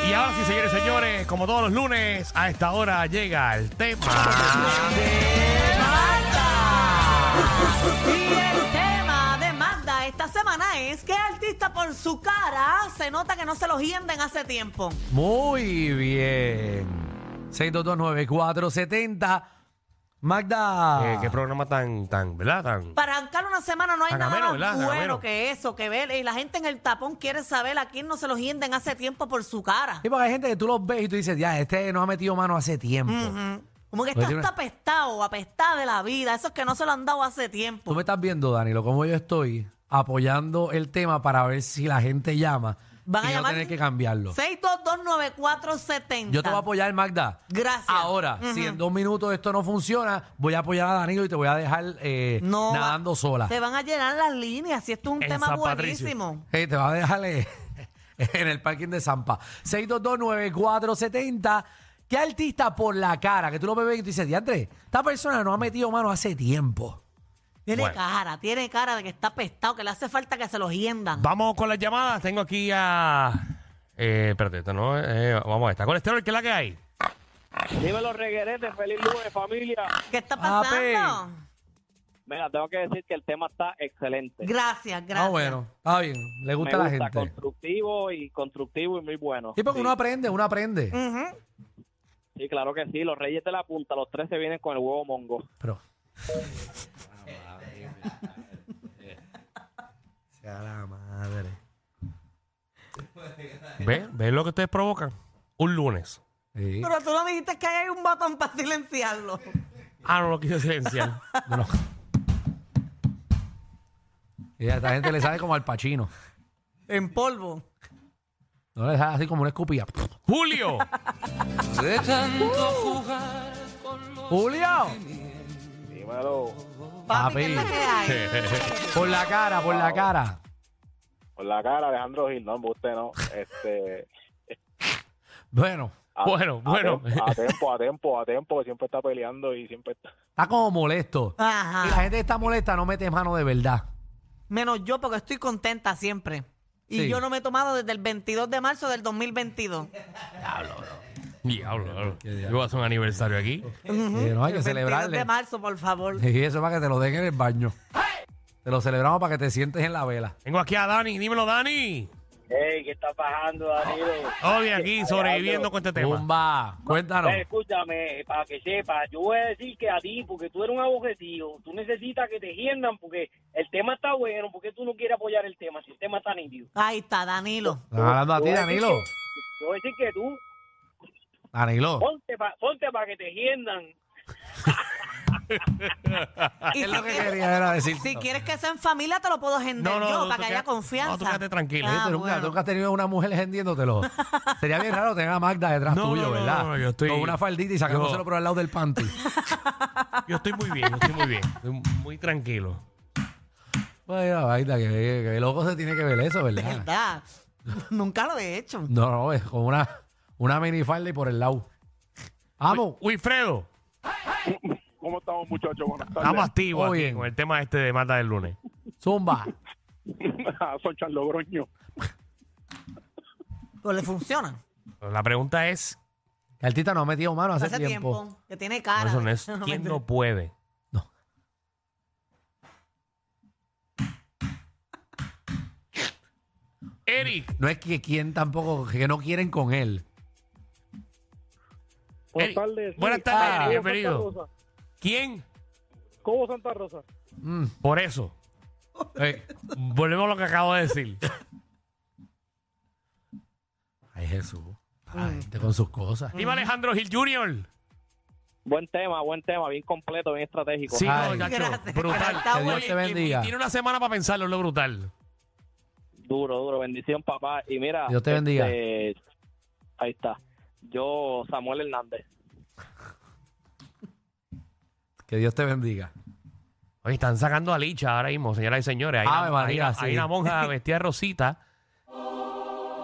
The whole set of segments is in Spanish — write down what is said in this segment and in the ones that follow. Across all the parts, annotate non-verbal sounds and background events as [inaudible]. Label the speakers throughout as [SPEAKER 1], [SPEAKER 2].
[SPEAKER 1] Y ahora sí, señores y señores, como todos los lunes, a esta hora llega el tema.
[SPEAKER 2] Y el tema de Magda esta semana es que artista por su cara se nota que no se lo hienden hace tiempo.
[SPEAKER 3] Muy bien. 6229470. Magda.
[SPEAKER 1] Eh, qué programa tan, tan, ¿verdad? Tan.
[SPEAKER 2] Para arrancar una semana no hay
[SPEAKER 1] Tan
[SPEAKER 2] nada
[SPEAKER 1] ameno,
[SPEAKER 2] más
[SPEAKER 1] ¿verdad? Tan ameno.
[SPEAKER 2] bueno que eso, que ver. Y la gente en el tapón quiere saber a quién no se lo hienden hace tiempo por su cara.
[SPEAKER 3] Sí, porque hay gente que tú los ves y tú dices, ya, este no ha metido mano hace tiempo.
[SPEAKER 2] Como que
[SPEAKER 3] Oye,
[SPEAKER 2] está
[SPEAKER 3] tiene
[SPEAKER 2] hasta
[SPEAKER 3] una-
[SPEAKER 2] apestado, apestada de la vida. Esos que no se lo han dado hace tiempo.
[SPEAKER 3] Tú me estás viendo, Danilo, como yo estoy apoyando el tema para ver si la gente llama
[SPEAKER 2] Van a
[SPEAKER 3] y no
[SPEAKER 2] llamar-
[SPEAKER 3] tener que cambiarlo.
[SPEAKER 2] 6229470.
[SPEAKER 3] Yo te voy a apoyar, Magda.
[SPEAKER 2] Gracias.
[SPEAKER 3] Ahora, si en dos minutos esto no funciona, voy a apoyar a Danilo y te voy a dejar eh,
[SPEAKER 2] No, va-
[SPEAKER 3] nadando sola.
[SPEAKER 2] Te van a llenar las líneas. Si esto es un
[SPEAKER 1] En
[SPEAKER 2] tema
[SPEAKER 1] San Patricio.
[SPEAKER 2] buenísimo.
[SPEAKER 3] Hey, te va a dejar eh, [laughs] en el parking de Zampa. 6229470. ¿Qué artista por la cara? Que tú lo ves y tú dices, diantre, esta persona no ha metido mano hace tiempo.
[SPEAKER 2] Tiene
[SPEAKER 1] Bueno.
[SPEAKER 2] cara, tiene cara de que está apestado, que le hace falta que se lo hiendan.
[SPEAKER 1] Vamos con las llamadas. Tengo aquí a. Eh, espérate, esto no. es- eh, vamos a esta. Colesterol, ¿qué es la que hay?
[SPEAKER 4] Dímelo, reguerete, feliz lunes, familia.
[SPEAKER 2] ¿Qué está
[SPEAKER 3] Papi.
[SPEAKER 2] pasando?
[SPEAKER 4] Mira, tengo que decir que el tema está excelente.
[SPEAKER 2] Gracias, gracias.
[SPEAKER 3] Ah, bueno, está bien. Le
[SPEAKER 4] Me
[SPEAKER 3] gusta,
[SPEAKER 4] gusta,
[SPEAKER 3] a la gente.
[SPEAKER 4] constructivo y constructivo y muy bueno.
[SPEAKER 3] Sí, porque
[SPEAKER 4] sí,
[SPEAKER 3] uno aprende, uno aprende.
[SPEAKER 2] Ujú.
[SPEAKER 4] sí, claro que sí. Los reyes de la punta, los tres se vienen con el huevo mongo.
[SPEAKER 3] Pero. [laughs] sea la madre.
[SPEAKER 1] ¿Ves? ¿Ves lo que ustedes provocan? Un lunes.
[SPEAKER 3] Sí.
[SPEAKER 2] Pero tú no me dijiste que hay un botón para silenciarlo.
[SPEAKER 1] Ah, no lo quise silenciar. No, no.
[SPEAKER 3] Y a esta gente le sale como al pachino.
[SPEAKER 2] En polvo.
[SPEAKER 3] No le sale así como una escupilla.
[SPEAKER 1] [laughs] Julio.
[SPEAKER 3] ¡Julio!
[SPEAKER 4] Dímelo.
[SPEAKER 2] Papi, ¿qué
[SPEAKER 3] Papi.
[SPEAKER 2] es la que hay?
[SPEAKER 3] Por la cara, por la cara.
[SPEAKER 4] Por la cara, Alejandro Gil, no, usted no.
[SPEAKER 3] [laughs]
[SPEAKER 4] Este,
[SPEAKER 3] Bueno,
[SPEAKER 1] Bueno, bueno.
[SPEAKER 4] A tiempo, a tiempo, a tiempo, que siempre está peleando y siempre está.
[SPEAKER 3] está como molesto. Y la
[SPEAKER 2] Ajá.
[SPEAKER 3] gente que está molesta no mete mano de verdad.
[SPEAKER 2] Menos yo, porque estoy contenta siempre. Y
[SPEAKER 3] Sí.
[SPEAKER 2] yo no me he tomado desde el 22 de marzo del 2022.
[SPEAKER 1] Diablo, diablo. Yo voy a hacer un aniversario aquí.
[SPEAKER 3] Eh, no hay que
[SPEAKER 2] 22
[SPEAKER 3] celebrarle.
[SPEAKER 2] de marzo, por favor.
[SPEAKER 3] Y eso para que te lo den en el baño. Te lo celebramos para que te sientes en la vela.
[SPEAKER 1] Tengo aquí a Dani. Dímelo, Dani.
[SPEAKER 4] Ey, ¿qué está pasando, Danilo?
[SPEAKER 1] Hoy aquí sobreviviendo con este tema.
[SPEAKER 3] Bomba, cuéntanos.
[SPEAKER 5] Eh, escúchame, para que sepas, yo voy a decir que a ti, porque tú eres un abogecido, tú necesitas que te hiendan porque el tema está bueno, porque tú no quieres apoyar el tema, si el tema está nítido.
[SPEAKER 2] Ahí está, Danilo.
[SPEAKER 3] Están hablando a ti,
[SPEAKER 5] Yo voy a decir
[SPEAKER 3] Danilo.
[SPEAKER 5] que- Yo voy a decir que tú,
[SPEAKER 3] Danilo.
[SPEAKER 5] ponte para que te hiendan.
[SPEAKER 2] Y
[SPEAKER 3] [laughs]
[SPEAKER 2] si
[SPEAKER 3] Es lo que
[SPEAKER 2] quieres-
[SPEAKER 3] quería era decir.
[SPEAKER 2] Si quieres que sea en familia, te lo puedo agendar
[SPEAKER 1] No, no,
[SPEAKER 2] yo
[SPEAKER 1] no, tú
[SPEAKER 2] para que haya
[SPEAKER 1] quédate-
[SPEAKER 2] confianza.
[SPEAKER 1] no, tú quédate tranquila.
[SPEAKER 2] Ah,
[SPEAKER 3] Tú nunca,
[SPEAKER 2] bueno.
[SPEAKER 3] nunca has tenido una mujer gendiéndotelo. Sería bien raro tener a Magda detrás
[SPEAKER 1] No,
[SPEAKER 3] tuyo,
[SPEAKER 1] no, no,
[SPEAKER 3] ¿verdad?
[SPEAKER 1] no, yo estoy-
[SPEAKER 3] Con una faldita y sacándoselo
[SPEAKER 1] yo-
[SPEAKER 3] por el lado
[SPEAKER 1] [laughs]
[SPEAKER 3] del panty.
[SPEAKER 1] Yo estoy muy bien, yo estoy muy bien. Estoy muy tranquilo.
[SPEAKER 3] Vaya, Pues, Magda, que, que loco se tiene que ver eso,
[SPEAKER 2] De
[SPEAKER 1] Ah.
[SPEAKER 3] ¿verdad?
[SPEAKER 2] verdad. [laughs] Nunca lo he hecho.
[SPEAKER 3] No, no, es con una, una minifalda y por el lado. Vamos.
[SPEAKER 1] Wilfredo.
[SPEAKER 4] ¿Cómo estamos, muchachos? Buenas
[SPEAKER 1] Estamos activos
[SPEAKER 3] Muy
[SPEAKER 1] aquí
[SPEAKER 3] bien.
[SPEAKER 1] con el tema este de Mata del lunes.
[SPEAKER 3] Zumba.
[SPEAKER 4] Son charlobroño.
[SPEAKER 2] Pero le funciona.
[SPEAKER 1] La pregunta es,
[SPEAKER 3] El artista no ha metido mano hace,
[SPEAKER 2] Hace
[SPEAKER 3] tiempo.
[SPEAKER 2] tiempo. que tiene cara.
[SPEAKER 1] no, eso no es,
[SPEAKER 2] [laughs] No,
[SPEAKER 1] ¿quién
[SPEAKER 2] mentira.
[SPEAKER 1] no puede?
[SPEAKER 3] No.
[SPEAKER 1] ¡Eh! Eri.
[SPEAKER 3] No es que quien tampoco, que no quieren con él.
[SPEAKER 1] Eri.
[SPEAKER 5] Buenas tardes. Pues, sí.
[SPEAKER 1] Buenas tardes,
[SPEAKER 5] Ah,
[SPEAKER 1] Eri,
[SPEAKER 5] Cobo
[SPEAKER 1] bienvenido.
[SPEAKER 5] Santa Rosa.
[SPEAKER 1] ¿Quién?
[SPEAKER 5] Cobo Santa Rosa.
[SPEAKER 3] Mm,
[SPEAKER 1] Por eso.
[SPEAKER 3] eh,
[SPEAKER 1] Volvemos a lo que acabo de [laughs] decir.
[SPEAKER 3] Ay, Jesús. Para la gente con sus cosas.
[SPEAKER 1] Iba Alejandro Gil Jr.
[SPEAKER 4] Buen tema, buen tema, bien completo, bien estratégico.
[SPEAKER 1] Sí, no,
[SPEAKER 3] Ay.
[SPEAKER 1] chacho,
[SPEAKER 2] Gracias.
[SPEAKER 1] brutal.
[SPEAKER 2] Está
[SPEAKER 3] Que Dios
[SPEAKER 2] bueno.
[SPEAKER 3] te
[SPEAKER 1] Y- y-
[SPEAKER 3] bendiga.
[SPEAKER 1] y tiene una semana para pensarlo, es lo brutal.
[SPEAKER 4] Duro, duro, bendición, papá. Y mira.
[SPEAKER 3] Dios te bendiga.
[SPEAKER 4] este, ahí está. Yo, Samuel Hernández.
[SPEAKER 3] Que Dios te bendiga.
[SPEAKER 1] Oye, están sacando a Licha ahora mismo, señoras y señores. Hay, una,
[SPEAKER 3] Ave María,
[SPEAKER 1] hay una-
[SPEAKER 3] sí.
[SPEAKER 1] hay una
[SPEAKER 3] [laughs]
[SPEAKER 1] monja vestida de rosita.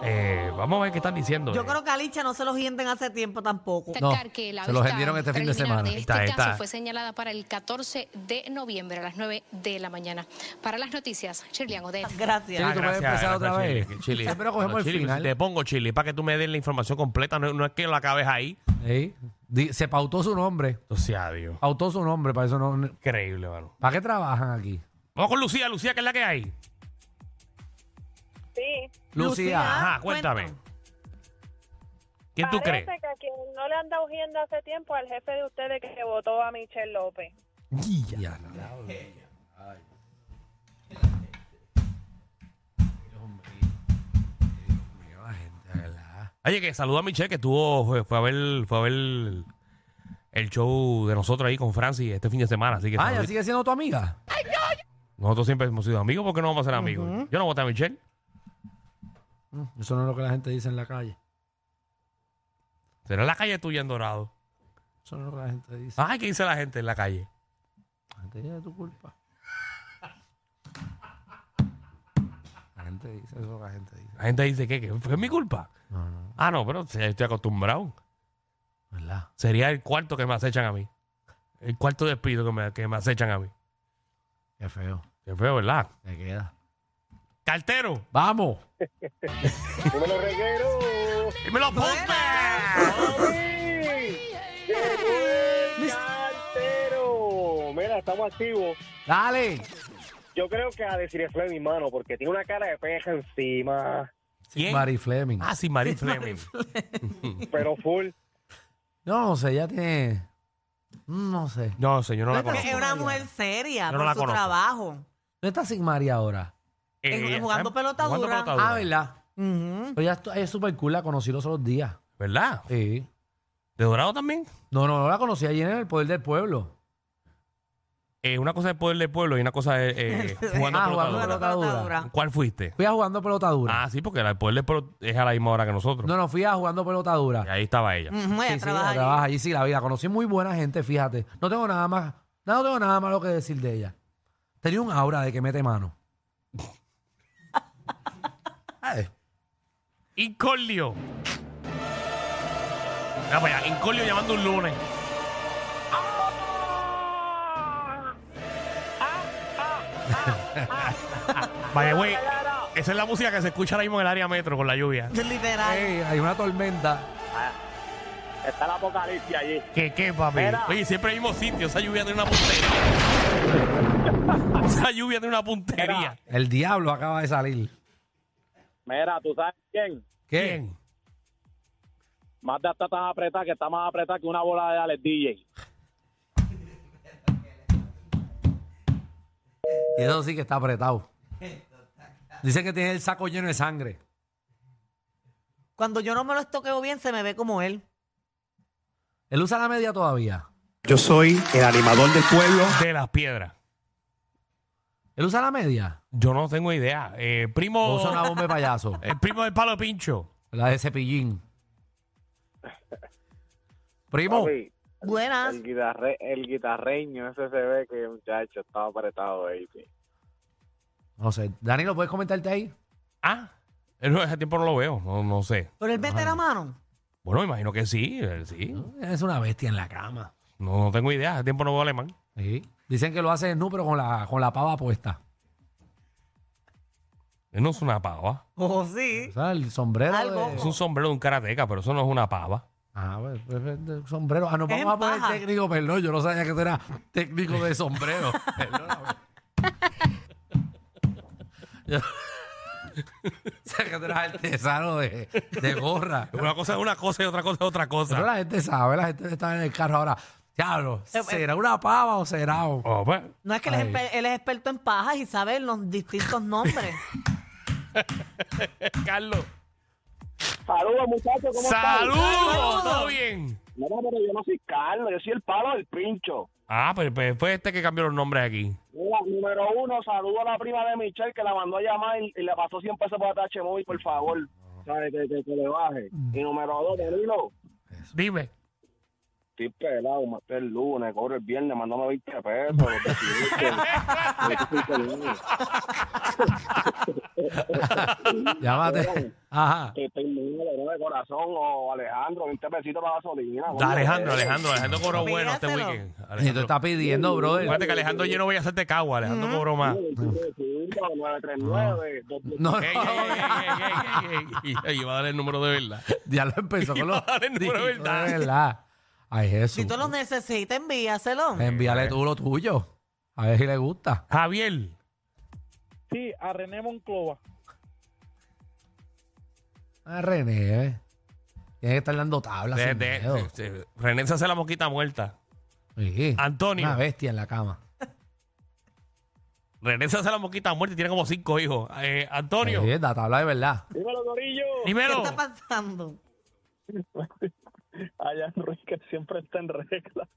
[SPEAKER 1] Eh, vamos a ver qué están diciendo.
[SPEAKER 2] Yo
[SPEAKER 1] eh.
[SPEAKER 2] creo que a Licha no se lo sienten hace tiempo tampoco.
[SPEAKER 6] destacar que la
[SPEAKER 3] se los
[SPEAKER 6] vista
[SPEAKER 3] vendieron este fin de
[SPEAKER 6] preliminar
[SPEAKER 3] semana.
[SPEAKER 6] De este
[SPEAKER 1] Está,
[SPEAKER 6] caso
[SPEAKER 1] está.
[SPEAKER 6] fue señalada para el 14 de noviembre a las 9 de la mañana. Para las noticias, Shirley Angodet.
[SPEAKER 2] Gracias.
[SPEAKER 3] Chili, tú puedes empezar otra vez.
[SPEAKER 1] que Ah, Chili.
[SPEAKER 3] Siempre lo cogemos al
[SPEAKER 1] Chili,
[SPEAKER 3] final.
[SPEAKER 1] si te pongo Chili para que tú me des la información completa, no, no es que lo acabes ahí.
[SPEAKER 3] Ey, di- Se pautó su nombre.
[SPEAKER 1] O sea, Dios.
[SPEAKER 3] Pautó su nombre, para eso no.
[SPEAKER 1] Increíble, mano.
[SPEAKER 3] ¿Para qué trabajan aquí?
[SPEAKER 1] Vamos con Lucía, Lucía, que es la que hay.
[SPEAKER 7] Sí,
[SPEAKER 3] Lucía.
[SPEAKER 1] Ajá, cuéntame. ¿Quién tú
[SPEAKER 7] parece
[SPEAKER 1] crees?
[SPEAKER 7] que a quien no le han dado rienda hace tiempo al jefe de ustedes que votó a Michelle López.
[SPEAKER 3] Ya, no.
[SPEAKER 1] Oye, que saluda a Michelle, que estuvo, fue, fue a ver, fue a ver el, el show de nosotros ahí con Francis este fin de semana. Así que
[SPEAKER 3] Ah, ya
[SPEAKER 1] saludita.
[SPEAKER 3] sigue siendo tu amiga.
[SPEAKER 1] nosotros siempre hemos sido amigos, ¿por qué no vamos a ser amigos? Yo no voté a Michelle.
[SPEAKER 3] Mm, Eso no es lo que la gente dice en la calle.
[SPEAKER 1] Será en la calle tuya en Dorado.
[SPEAKER 3] Eso no es lo que la gente dice.
[SPEAKER 1] Ay, ¿qué dice la gente en la calle?
[SPEAKER 3] La gente dice "Es tu culpa. La gente dice eso, la gente dice.
[SPEAKER 1] La gente dice que, que fue mi culpa.
[SPEAKER 3] No, no,
[SPEAKER 1] Ah, no, pero sí, estoy acostumbrado.
[SPEAKER 3] ¿verdad?
[SPEAKER 1] Sería el cuarto que me acechan a mí. El cuarto despido que me, que me acechan a mí.
[SPEAKER 3] Qué feo.
[SPEAKER 1] Qué feo, ¿verdad?
[SPEAKER 3] Te queda.
[SPEAKER 1] ¡Cartero!
[SPEAKER 3] ¡Vamos!
[SPEAKER 5] Dímelo, reguero.
[SPEAKER 1] ¡Dímelo, Postman!
[SPEAKER 5] ¡Mami! ¡Llegó el cartero! Mira, estamos activos.
[SPEAKER 3] ¡Dale!
[SPEAKER 5] Yo creo que a decir fue mi mano, porque tiene una cara de peja encima,
[SPEAKER 1] ¿Quién?
[SPEAKER 3] Mary Fleming.
[SPEAKER 1] Ah, sí, Marie Fleming.
[SPEAKER 5] pero full.
[SPEAKER 3] No, no sé, ya tiene. Mm, No sé.
[SPEAKER 1] No, señor, no la
[SPEAKER 2] Porque
[SPEAKER 1] conozco.
[SPEAKER 2] es una mujer seria
[SPEAKER 1] Yo no
[SPEAKER 2] por
[SPEAKER 1] la
[SPEAKER 2] su
[SPEAKER 1] conozco.
[SPEAKER 2] trabajo.
[SPEAKER 3] ¿No está sin Mari ahora?
[SPEAKER 2] Es
[SPEAKER 1] ella
[SPEAKER 2] jugando
[SPEAKER 1] está
[SPEAKER 2] pelota
[SPEAKER 1] Eh, jugando
[SPEAKER 2] dura.
[SPEAKER 1] pelota
[SPEAKER 3] Ah, ¿verdad?
[SPEAKER 2] Ujú.
[SPEAKER 3] Pero ella, estu- ella es súper cool, la conocí los otros días.
[SPEAKER 1] ¿Verdad?
[SPEAKER 3] Sí.
[SPEAKER 1] ¿De Dorado también?
[SPEAKER 3] No, no, no la conocí ayer en el Poder del Pueblo.
[SPEAKER 1] Eh, una cosa de poder del pueblo y una cosa de
[SPEAKER 3] [laughs]
[SPEAKER 1] eh, jugando
[SPEAKER 3] Ah,
[SPEAKER 1] pelota
[SPEAKER 3] jugando
[SPEAKER 1] dura.
[SPEAKER 3] pelota dura.
[SPEAKER 1] ¿Cuál fuiste?
[SPEAKER 3] Fui a jugando pelota dura.
[SPEAKER 1] Ah, sí, porque la de poder del pueblo es a la misma hora que nosotros.
[SPEAKER 3] no, Mm. no, fui a jugando pelota dura.
[SPEAKER 1] Y ahí estaba ella.
[SPEAKER 2] Ujú, ella
[SPEAKER 3] sí, sí,
[SPEAKER 2] trabaja
[SPEAKER 3] ella
[SPEAKER 2] allí.
[SPEAKER 3] trabaja allí, sí, la vida. Conocí muy buena gente, fíjate. No tengo nada más, no tengo nada malo que decir de ella. Tenía un aura de que mete mano. Ay,
[SPEAKER 1] Incolio. Mira para allá, Incolio llamando un lunes. Vaya, güey. Esa es la música que se escucha ahora mismo en el área metro con la lluvia.
[SPEAKER 2] [laughs] Literal.
[SPEAKER 3] ay, hay una tormenta.
[SPEAKER 5] Está el apocalipsis allí.
[SPEAKER 1] ¿Qué, qué, papi?
[SPEAKER 5] Mira.
[SPEAKER 1] Oye, siempre hay mismo sitio. Esa lluvia tiene una
[SPEAKER 3] [laughs]
[SPEAKER 1] puntería. Esa lluvia tiene una puntería.
[SPEAKER 3] El diablo acaba de salir.
[SPEAKER 4] Mira, ¿tú sabes quién?
[SPEAKER 3] ¿Qué?
[SPEAKER 1] Bien.
[SPEAKER 4] Más de está tan apretada que está más apretada que una bola de Alex DJ.
[SPEAKER 3] Y eso sí que está apretado. Dicen que tiene el saco lleno de sangre.
[SPEAKER 2] Cuando yo no me lo estoqueo bien, se me ve como él.
[SPEAKER 3] Él usa la media todavía.
[SPEAKER 8] Yo soy el animador del pueblo.
[SPEAKER 1] De las piedras.
[SPEAKER 3] Él usa la media.
[SPEAKER 1] Yo no tengo idea. Eh,
[SPEAKER 3] O
[SPEAKER 1] primo.
[SPEAKER 3] usa una bomba de payaso.
[SPEAKER 1] El primo del palo pincho.
[SPEAKER 3] La de cepillín. Primo.
[SPEAKER 4] Papi,
[SPEAKER 2] Buenas.
[SPEAKER 4] el, guitarre, el guitarreño, ese se ve que muchacho estaba apretado, baby.
[SPEAKER 3] No sé. Danilo, ¿puedes comentarte ahí?
[SPEAKER 1] Ah, eh, no, hace tiempo no lo veo. No, no sé.
[SPEAKER 2] Pero él mete la mano.
[SPEAKER 1] Bueno, me imagino que sí. eh, Sí.
[SPEAKER 3] Es una bestia en la cama.
[SPEAKER 1] No, no tengo idea. Hace tiempo no veo alemán.
[SPEAKER 3] Sí. Dicen que lo hace desnudo, pero con la, con la pava puesta.
[SPEAKER 1] Él no es una pava.
[SPEAKER 2] Oh, sí.
[SPEAKER 3] O sea, el sombrero.
[SPEAKER 2] Algo.
[SPEAKER 3] de-
[SPEAKER 1] Es un sombrero de un karateca, pero eso no es una pava.
[SPEAKER 3] Ah, pues, pues, pues, de sombrero. Ah, nos
[SPEAKER 2] Es
[SPEAKER 3] vamos a
[SPEAKER 2] en
[SPEAKER 3] poner
[SPEAKER 2] paja.
[SPEAKER 3] técnico, perdón. Yo no sabía que tú eras técnico de
[SPEAKER 2] [laughs]
[SPEAKER 3] sombrero. Perdóname. [laughs] Yo- [laughs] O sea, que tú eras artesano de, de gorra.
[SPEAKER 1] Una cosa es una cosa y otra cosa es otra cosa.
[SPEAKER 3] Pero la gente sabe, la gente está en el carro ahora. Diablo,
[SPEAKER 2] Eh, eh.
[SPEAKER 3] ¿será una pava o será un-
[SPEAKER 1] Oh, pues.
[SPEAKER 2] No es que él es,
[SPEAKER 3] Ay.
[SPEAKER 2] exper- él es experto en pajas y sabe los distintos nombres.
[SPEAKER 1] [laughs] Carlos.
[SPEAKER 5] Saludos, muchachos, ¿cómo están?
[SPEAKER 1] ¡Saludos! ¿Todo bien?
[SPEAKER 5] No, no, pero yo no soy Carlos, yo soy el palo del pincho.
[SPEAKER 1] Ah, pero pues, fue este que cambió los nombres aquí.
[SPEAKER 5] Mira, número uno, saludo a la prima de Michelle que la mandó a llamar y, y le pasó 100 pesos por ATH Móvil, por favor. ¿Sabes? Que, que- que le baje. Y número dos, Danilo,
[SPEAKER 1] Dime.
[SPEAKER 5] estoy pelado, maté el lunes, cobro el viernes, mandame 20 pesos. porque si- que- que- que- que- que-
[SPEAKER 3] Llámate. Ajá.
[SPEAKER 5] que estoy muy dolor de corazón o Alejandro, 20 pesitos para gasolina.
[SPEAKER 1] Da,
[SPEAKER 5] coño.
[SPEAKER 1] Alejandro, Alejandro, Alejandro cobró bueno este
[SPEAKER 2] Pídaselo.
[SPEAKER 1] weekend.
[SPEAKER 3] Y tú
[SPEAKER 1] Alejandro.
[SPEAKER 3] estás pidiendo, brother.
[SPEAKER 1] Acuérdate que Alejandro yo no voy a hacerte cagua, Alejandro cobró más.
[SPEAKER 5] Sí, sí, sí, 939, dos- dos-
[SPEAKER 3] No,
[SPEAKER 1] Ey, ey,
[SPEAKER 3] no.
[SPEAKER 1] ey, ey, ey, ey, ey. Y va a dar el número de verdad.
[SPEAKER 3] Ya lo empezó con los.
[SPEAKER 1] Dale el número de
[SPEAKER 3] Sí,
[SPEAKER 1] verdad.
[SPEAKER 3] de verdad. Ay, Jesús.
[SPEAKER 2] Si tú lo necesitas,
[SPEAKER 1] Eh,
[SPEAKER 2] envíaselo.
[SPEAKER 3] Pues Envíale tú lo tuyo. A ver si le gusta.
[SPEAKER 1] Javier.
[SPEAKER 4] Sí, a René Monclova.
[SPEAKER 3] A René, ¿eh? Tiene que estar dando tablas.
[SPEAKER 1] De,
[SPEAKER 3] sin
[SPEAKER 1] de-
[SPEAKER 3] miedo.
[SPEAKER 1] de- de- René se hace la mosquita muerta.
[SPEAKER 3] Sí.
[SPEAKER 1] Antonio.
[SPEAKER 3] Una bestia en la cama.
[SPEAKER 1] René se hace la mosquita muerta y tiene como cinco hijos. Eh, Antonio.
[SPEAKER 3] Sí, da tabla de verdad.
[SPEAKER 5] Dímelo, Dorillo.
[SPEAKER 2] ¿Qué
[SPEAKER 1] Primero.
[SPEAKER 2] está pasando?
[SPEAKER 5] Allá Ruiz que siempre está en regla.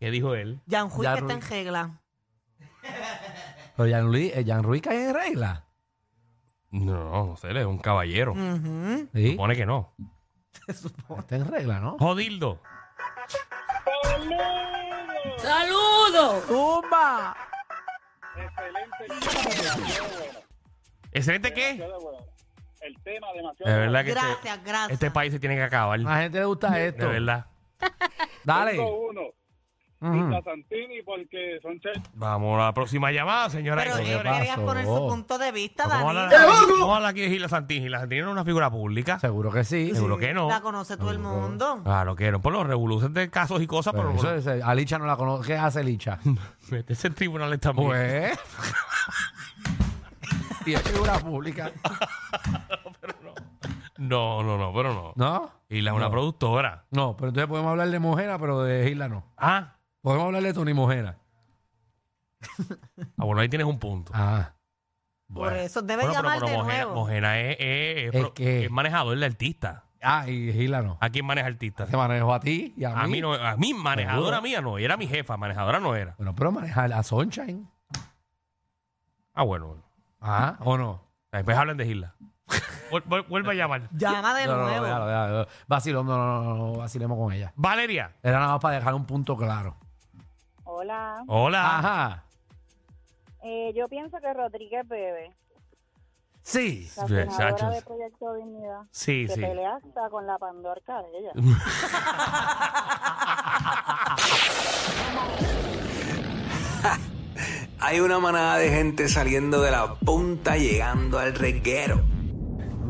[SPEAKER 1] ¿Qué dijo él?
[SPEAKER 2] Janjuy
[SPEAKER 3] Ya,
[SPEAKER 2] que está en
[SPEAKER 3] Ruiz.
[SPEAKER 2] regla.
[SPEAKER 3] Pero Jan, Luis, eh, Jan Ruiz cae en regla.
[SPEAKER 1] No, no sé, él es un caballero.
[SPEAKER 2] Ujú.
[SPEAKER 3] Sí. Oh,
[SPEAKER 1] Supone que no.
[SPEAKER 3] Está en regla, ¿no?
[SPEAKER 1] Jodildo.
[SPEAKER 3] ¡Tumba!
[SPEAKER 1] ¿Excelente qué?
[SPEAKER 5] El tema demasiado.
[SPEAKER 1] De verdad que este-
[SPEAKER 2] Gracias, gracias.
[SPEAKER 1] este país se tiene que acabar.
[SPEAKER 3] A la gente le gusta
[SPEAKER 1] De
[SPEAKER 3] esto.
[SPEAKER 1] verdad.
[SPEAKER 3] Dale.
[SPEAKER 5] uno.
[SPEAKER 3] Ujú.
[SPEAKER 5] Santini porque son
[SPEAKER 1] Vamos a la próxima llamada, señora.
[SPEAKER 2] Pero eh,
[SPEAKER 3] ¿qué
[SPEAKER 2] él
[SPEAKER 3] pasó?
[SPEAKER 2] quería poner su punto de vista,
[SPEAKER 1] Vamos a hablar-
[SPEAKER 2] Danilo.
[SPEAKER 1] vamos a hablar aquí de Gila Santini. Gila Santini no es una figura pública.
[SPEAKER 3] Seguro que sí.
[SPEAKER 1] Seguro que no.
[SPEAKER 2] La conoce todo el mundo.
[SPEAKER 1] Claro que no. Por los revoluciones de casos y cosas, pero,
[SPEAKER 3] Pero eso es- a Licha no la conoce. ¿Qué hace Licha?
[SPEAKER 1] ese tribunal está muy.
[SPEAKER 3] Pues. [laughs] y es figura pública.
[SPEAKER 1] No, no, no, pero no.
[SPEAKER 3] ¿No?
[SPEAKER 1] Gila es una
[SPEAKER 3] No.
[SPEAKER 1] productora.
[SPEAKER 3] No, pero entonces podemos hablar de Mojera, pero de Isla no.
[SPEAKER 1] Ah.
[SPEAKER 3] Podemos hablar de Tony Mojera.
[SPEAKER 1] Ah, bueno, ahí tienes un punto.
[SPEAKER 3] Ah.
[SPEAKER 2] Por eso pues, debe
[SPEAKER 1] Bueno, pero-
[SPEAKER 2] llamar
[SPEAKER 1] pero
[SPEAKER 2] de
[SPEAKER 1] Mojena,
[SPEAKER 2] nuevo.
[SPEAKER 1] Mojena es, es- es
[SPEAKER 3] ¿Es
[SPEAKER 1] pro-
[SPEAKER 3] qué?
[SPEAKER 1] es manejador de artista.
[SPEAKER 3] Ah, y Isla no.
[SPEAKER 1] ¿A quién maneja artista?
[SPEAKER 3] Te manejo a ti y a mí.
[SPEAKER 1] A mí no, a mí manejadora mía no, ella era mi jefa, manejadora no era.
[SPEAKER 3] Bueno, pero manejar a Sunshine.
[SPEAKER 1] Ah, bueno. bueno.
[SPEAKER 3] Ah, ¿o no?
[SPEAKER 1] Después hablan de Gila. Vuel- vuel- Vuelve a llamar.
[SPEAKER 2] Llama de
[SPEAKER 3] No, no, no,
[SPEAKER 2] nuevo.
[SPEAKER 3] déjalo, déjalo. Vacilón, no, no, no, no, vacilemos con ella.
[SPEAKER 1] Valeria.
[SPEAKER 3] Era nada más para dejar un punto claro.
[SPEAKER 7] Hola.
[SPEAKER 1] Hola.
[SPEAKER 3] Ajá.
[SPEAKER 7] Eh, yo pienso que Rodríguez bebe.
[SPEAKER 3] Sí.
[SPEAKER 7] La
[SPEAKER 1] Bien,
[SPEAKER 7] senadora
[SPEAKER 1] Sánchez.
[SPEAKER 7] de Proyecto Dignidad.
[SPEAKER 1] Sí,
[SPEAKER 7] que
[SPEAKER 1] sí.
[SPEAKER 7] pelea hasta con la pandorca de ella.
[SPEAKER 8] Hay una manada de gente saliendo de la punta llegando al reguero.